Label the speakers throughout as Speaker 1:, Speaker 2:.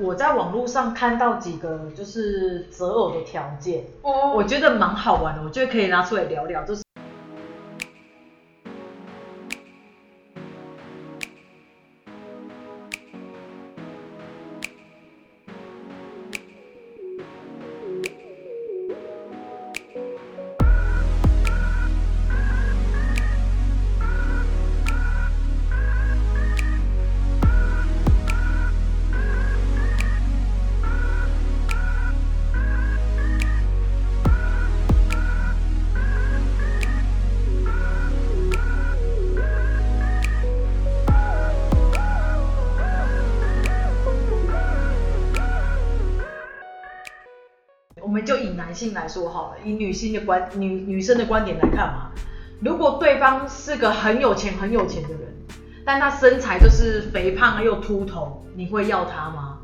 Speaker 1: 我在网络上看到几个就是择偶的条件，
Speaker 2: 哦
Speaker 1: 我觉得蛮好玩的，我觉得可以拿出来聊聊。就是我们就以男性来说好了，以女性的观女女生的观点来看嘛，如果对方是个很有钱很有钱的人，但他身材就是肥胖又秃头，你会要他吗？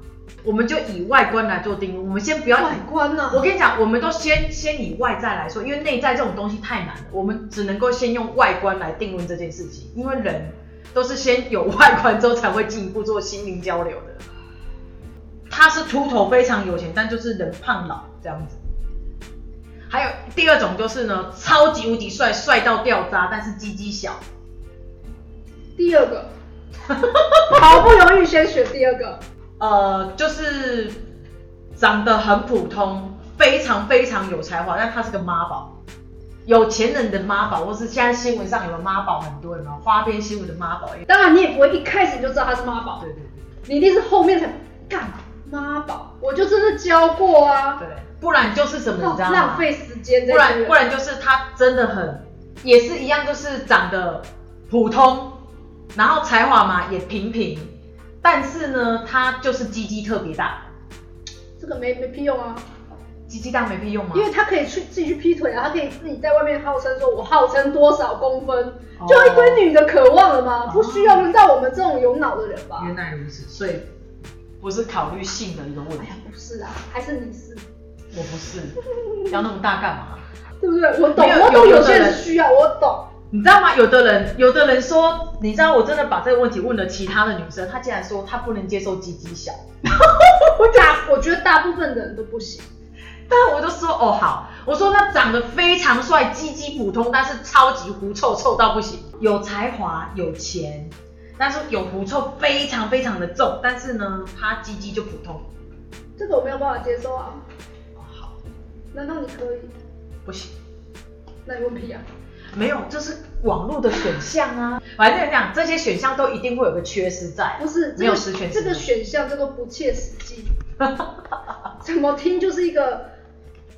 Speaker 1: 我们就以外观来做定义，我们先不要以
Speaker 2: 外观呢、
Speaker 1: 我跟你讲，我们都先先以外在来说，因为内在这种东西太难了，我们只能够先用外观来定论这件事情，因为人都是先有外观之后才会进一步做心灵交流的。他是秃头，非常有钱，但就是人胖老这样子。还有第二种就是呢，超级无敌帅，帅到掉渣，但是鸡鸡小。
Speaker 2: 第二 个，好不容易先选第二个，
Speaker 1: 呃，就是长得很普通，非常非常有才华，但他是个妈宝，有钱人的妈宝，或是现在新闻上有的妈宝很多，有没有？花边新闻的妈宝，对
Speaker 2: 当然你也不会一开始就知道他是妈宝，
Speaker 1: 对对
Speaker 2: 你一定是后面才干妈宝，我就真的教过啊，
Speaker 1: 对，不然就是什么，你
Speaker 2: 哦
Speaker 1: 知道吗？
Speaker 2: 浪费时间在
Speaker 1: 不
Speaker 2: 这
Speaker 1: 然
Speaker 2: 里
Speaker 1: 不，然就是他真的很，也是一样，就是长得普通，然后才华嘛也平平，但是呢，他就是鸡鸡特别大，
Speaker 2: 这个没没屁用啊，
Speaker 1: 鸡鸡大没屁用吗？
Speaker 2: 因为他可以去自己去劈腿啊，他可以自己在外面号称说我号称多少公分
Speaker 1: 哦，
Speaker 2: 就一堆女的渴望了吗？
Speaker 1: 哦
Speaker 2: 不需要轮到我们这种有脑的人吧？
Speaker 1: 原来如此，所以不是考虑性的一个问
Speaker 2: 哎
Speaker 1: 题
Speaker 2: 呀。，不是啊，还是你是。
Speaker 1: 我不是，要那么大干嘛？
Speaker 2: 对不对？我懂，
Speaker 1: 没有
Speaker 2: 我懂
Speaker 1: 有
Speaker 2: 有
Speaker 1: 的
Speaker 2: 些
Speaker 1: 人
Speaker 2: 人需要，我懂。
Speaker 1: 你知道吗？有的人，有的人说，你知道，我真的把这个问题问了其他的女生，她竟然说她不能接受鸡鸡小，
Speaker 2: 大，我觉得大部分的人都不行。
Speaker 1: 但我就说哦好，我说那长得非常帅，鸡鸡普通，但是超级狐臭，臭到不行，有才华，有钱，但是有狐臭非常非常的重，但是呢，他鸡鸡就普通，
Speaker 2: 这个我没有办法接受啊！
Speaker 1: 哦好，
Speaker 2: 难道你可以？
Speaker 1: 不行。
Speaker 2: 那你问屁啊！
Speaker 1: 没有，这是网络的选项啊。 反正讲这些选项都一定会有个缺失在，啊
Speaker 2: 不是，这个、
Speaker 1: 没有十全十
Speaker 2: 这
Speaker 1: 美
Speaker 2: 个选项叫做不切实 际。怎么听就是一个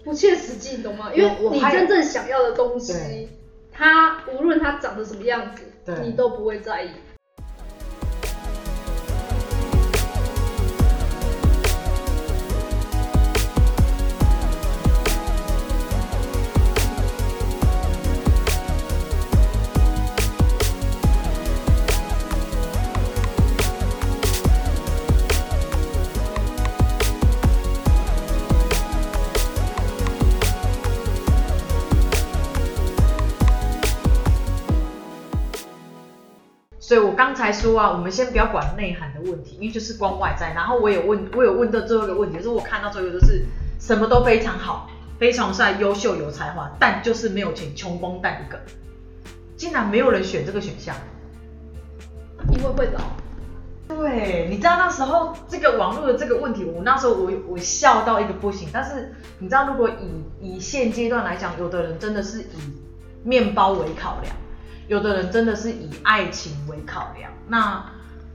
Speaker 2: 不切实际，你懂吗？因为
Speaker 1: 我我
Speaker 2: 你
Speaker 1: 还有
Speaker 2: 真正想要的东西
Speaker 1: 对，
Speaker 2: 它无论它长得什么样子
Speaker 1: 对，
Speaker 2: 你都不会在意。
Speaker 1: 所以我刚才说啊，我们先不要管内涵的问题，因为就是光外在。然后我有问，我有问到最后一个问题，就是我看到最后就是什么都非常好，非常帅、优秀、有才华，但就是没有钱，穷光蛋一个。竟然没有人选这个选项。
Speaker 2: 因为会老，
Speaker 1: 对，你知道那时候这个网络的这个问题，我那时候我我笑到一个不行。但是你知道，如果以以现阶段来讲，有的人真的是以面包为考量，有的人真的是以爱情为考量，那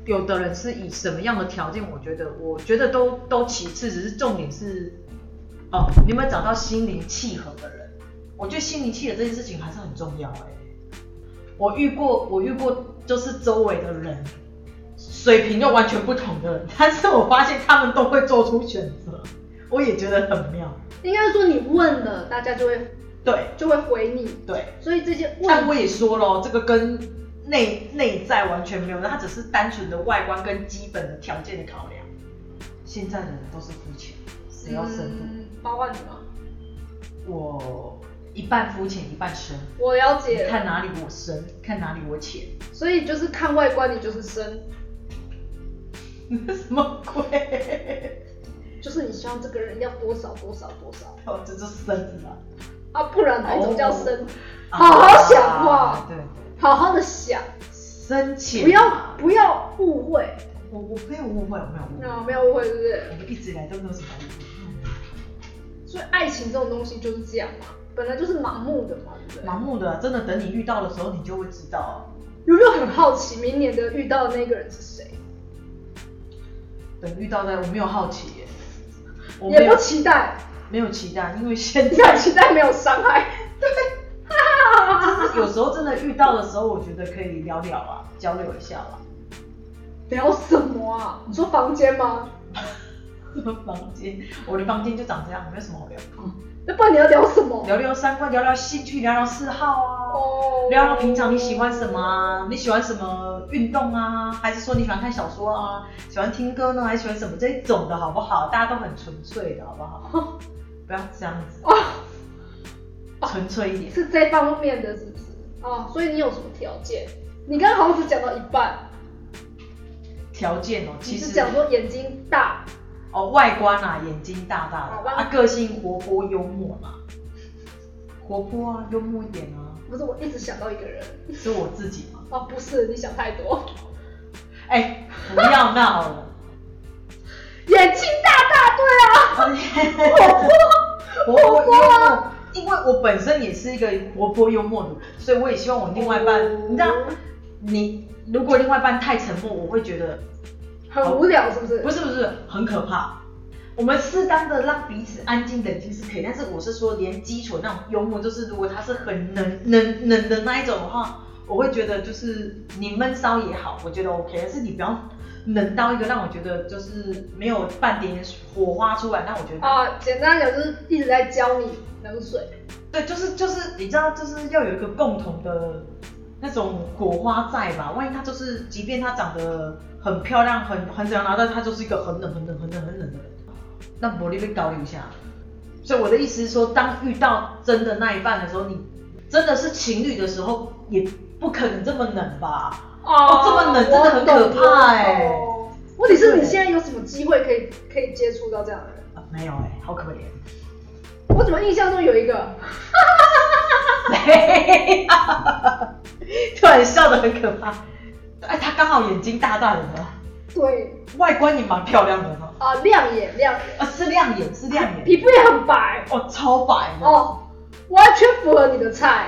Speaker 1: 有的人是以什么样的条件？我觉得，我觉得都都其次，只是重点是，哦，你有没有找到心灵契合的人？我觉得心灵契合这件事情还是很重要哎、我遇过，我遇过就是周围的人，水平又完全不同的人，但是我发现他们都会做出选择，我也觉得很妙。
Speaker 2: 应该是说你问了，大家就会
Speaker 1: 对
Speaker 2: 就会回你。
Speaker 1: 对，
Speaker 2: 所以这些问
Speaker 1: 但我也说了，这个跟内内在完全没有，它只是单纯的外观跟基本的条件的考量。现在的人都是肤浅，谁要深度？
Speaker 2: 嗯，包括你吗？
Speaker 1: 我一半肤浅一半深，
Speaker 2: 我了
Speaker 1: 你
Speaker 2: 解了。
Speaker 1: 看哪里我深，看哪里我浅。
Speaker 2: 所以就是看外观，你就是深。
Speaker 1: 什么鬼？
Speaker 2: 就是你希望这个人要多少多少多少
Speaker 1: 哦，这就生了。
Speaker 2: 啊，不然哪一种叫生？
Speaker 1: 啊
Speaker 2: 好好想哦话
Speaker 1: 对对，
Speaker 2: 好好的想，
Speaker 1: 深浅。
Speaker 2: 不要不要误会，
Speaker 1: 我我没有误会，我没有误会，
Speaker 2: 那不要误会，对不对？
Speaker 1: 我们一直以来都没有什么误
Speaker 2: 所以爱情这种东西就是这样嘛，本来就是盲目的嘛，
Speaker 1: 会，
Speaker 2: 对不对？
Speaker 1: 盲目的，真的等你遇到的时候，你就会知道。
Speaker 2: 有没有很好奇明年的遇到的那个人是谁？
Speaker 1: 等遇到的，我没有好奇耶，我没
Speaker 2: 也
Speaker 1: 有
Speaker 2: 不期待，
Speaker 1: 没有期待，因为现
Speaker 2: 你
Speaker 1: 在
Speaker 2: 看期待没有伤害。
Speaker 1: 就是有时候真的遇到的时候，我觉得可以聊聊啊，交流一下啦。
Speaker 2: 聊什么啊？你说房间吗？
Speaker 1: 什么房间？我的房间就长这样，没有什么好聊。
Speaker 2: 那不然你要聊什么？
Speaker 1: 聊聊三观，聊聊兴趣，聊聊嗜好啊，
Speaker 2: 哦
Speaker 1: 聊聊平常你喜欢什么？啊，你喜欢什么运动啊，还是说你喜欢看小说啊，喜欢听歌呢，还是喜欢什么这一种的好不好？大家都很纯粹的好不好？ 不要这样子，
Speaker 2: 哦，
Speaker 1: 纯粹一点。
Speaker 2: 是这方面的，是不是？哦，所以你有什么条件？你刚刚好像只讲到一半，
Speaker 1: 条件哦，其
Speaker 2: 你是
Speaker 1: 实
Speaker 2: 讲说眼睛大，
Speaker 1: 哦，外观啊，眼睛大大
Speaker 2: 好
Speaker 1: 的，
Speaker 2: 吧
Speaker 1: 啊，个性活泼幽默嘛，活泼啊，幽默一点啊，
Speaker 2: 不是我一直想到一个人。
Speaker 1: 是我自己嘛。
Speaker 2: 哦，不是，你想太多。
Speaker 1: 哎、不要闹了，
Speaker 2: 眼睛大大， 对啊，
Speaker 1: 活泼幽默，因为我本身也是一个活泼幽默的人，所以我也希望我另外一半，你知道，
Speaker 2: 哦
Speaker 1: 你如果另外一半太沉默，我会觉得
Speaker 2: 很无聊，是不是？
Speaker 1: 不是不是很可怕。我们适当的让彼此安静冷静是可以，但是我是说，连基础那种幽默，就是如果他是很冷冷冷的那一种的话，我会觉得就是你闷骚也好，我觉得 OK，但是你不要冷到一个让我觉得就是没有半点火花出来，那我觉得、
Speaker 2: 啊，简单讲就是一直在教你冷水。
Speaker 1: 对，就是就是你知道，就是要有一个共同的那种火花在吧？万一他就是，即便他长得很漂亮、很很怎样，然后但他就是一个很冷、很冷、很冷、很冷的人，那魔力被搞一下。所以我的意思是说，当遇到真的那一半的时候，你真的是情侣的时候，也不可能这么冷吧？哦这么冷真的很可怕欸
Speaker 2: 哦我懂我懂问题是你现在有什么机会可以可以接触到这样的人？
Speaker 1: 啊，没有哎、好可怜。
Speaker 2: 我怎么印象中有一个？
Speaker 1: 谁呀 突然笑得很可怕。哎，他刚好眼睛大大的呢。
Speaker 2: 对
Speaker 1: 外观也蛮漂亮的哈，
Speaker 2: 啊，亮眼亮眼，
Speaker 1: 啊，是亮眼，是亮眼，
Speaker 2: 皮肤也很白
Speaker 1: 哦，超白的哦
Speaker 2: 哦，完全符合你的菜。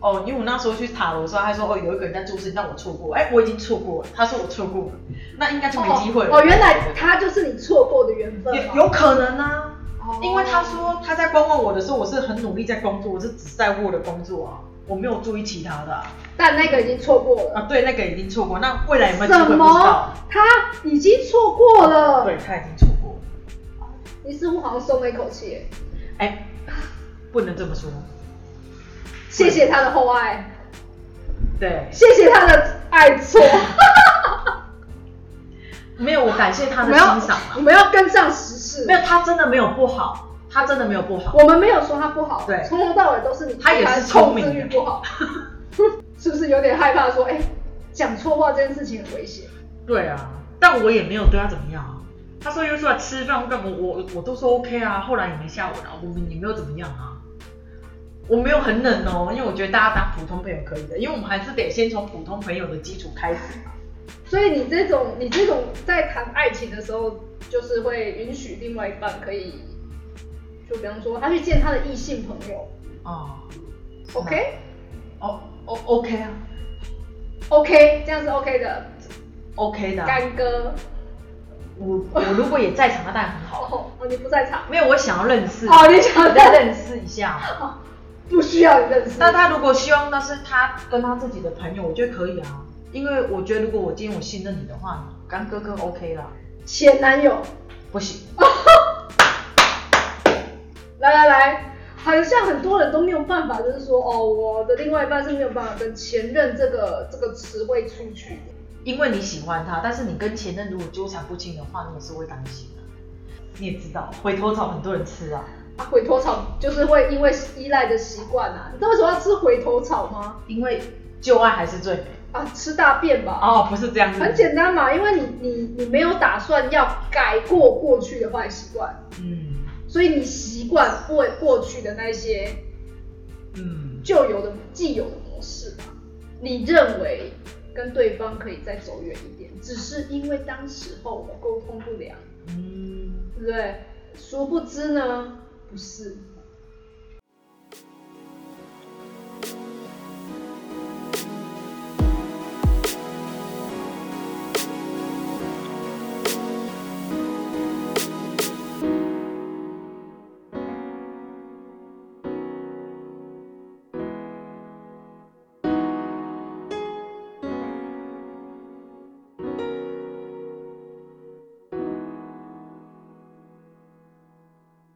Speaker 1: 哦，因为我那时候去塔罗的时候，他说哦，有一个人在注视，但我错过，哎，我已经错过了，他说我错过了，那应该就没机会了。
Speaker 2: 哦哦，原来他就是你错过的缘分吗
Speaker 1: 有有可能啊，
Speaker 2: 哦
Speaker 1: 因为他说他在观望我的时候，我是很努力在工作，我是只在乎我的工作啊，我没有注意其他的啊。
Speaker 2: 但那个已经错过了。
Speaker 1: 啊对，那个已经错过，那未来有没有机
Speaker 2: 什
Speaker 1: 会不知道
Speaker 2: 么。？他已经错过了
Speaker 1: 对，？他已经错过了。
Speaker 2: 你似乎好像松了一口气耶，
Speaker 1: 哎，不能这么说。
Speaker 2: 谢谢他的厚爱，
Speaker 1: 对，
Speaker 2: 谢谢他的爱错。
Speaker 1: 没有，我感谢 他
Speaker 2: 我
Speaker 1: 的
Speaker 2: 们要
Speaker 1: 欣赏啊。
Speaker 2: 我们要跟上时事
Speaker 1: 没。有，他真的没有不好，他真的没有不好。
Speaker 2: 我们没有说他不好，
Speaker 1: 对
Speaker 2: 从头到尾都是你，
Speaker 1: 他也是聪明的
Speaker 2: 控制欲不好， 是不是有点害怕说，哎、讲错话这件事情很危险？
Speaker 1: 对啊，但我也没有对他怎么样啊。他说又出来吃饭干嘛？我我都说 OK 啊，后来也没吓我了，我们也没有怎么样啊。我没有很冷哦，因为我觉得大家当普通朋友可以的，因为我们还是得先从普通朋友的基础开始嘛。
Speaker 2: 所以你这种，你这种在谈爱情的时候，就是会允许另外一半可以，就比方说他去见他的异性朋友
Speaker 1: 哦
Speaker 2: ，OK
Speaker 1: 哦哦 OK 啊
Speaker 2: OK，这样是 OK 的，
Speaker 1: ，OK 的啊、
Speaker 2: 干哥，
Speaker 1: 我我如果也在场，那当然很好。
Speaker 2: 哦哦，你不在场，
Speaker 1: 没有，我想要认识，
Speaker 2: 哦，你想
Speaker 1: 再
Speaker 2: 认
Speaker 1: 认识一下嘛。
Speaker 2: 不需要你认识，
Speaker 1: 那他如果希望那是他跟他自己的朋友，我觉得可以啊，因为我觉得如果我今天我信任你的话，你干哥哥 OK 啦，
Speaker 2: 前男友，
Speaker 1: 不行，
Speaker 2: 来来来，好像很多人都没有办法，就是说，哦，我的另外一半是没有办法跟前任这个这个词汇出去的。
Speaker 1: 因为你喜欢他，但是你跟前任如果纠缠不清的话，你也是会担心的、你也知道，回头草很多人吃啊，
Speaker 2: 啊，回头草就是会因为依赖的习惯啊，你知道为什么要吃回头草吗？
Speaker 1: 因为旧爱还是最美。
Speaker 2: 啊吃大便吧，
Speaker 1: 哦，不是这样子，
Speaker 2: 很简单嘛，因为你你你没有打算要改过过去的坏习惯，
Speaker 1: 嗯
Speaker 2: 所以你习惯过过去的那些
Speaker 1: 嗯
Speaker 2: 旧有的既有的模式嘛，你认为跟对方可以再走远一点，只是因为当时候我沟通不良，
Speaker 1: 嗯，
Speaker 2: 对不对？殊不知呢，不是，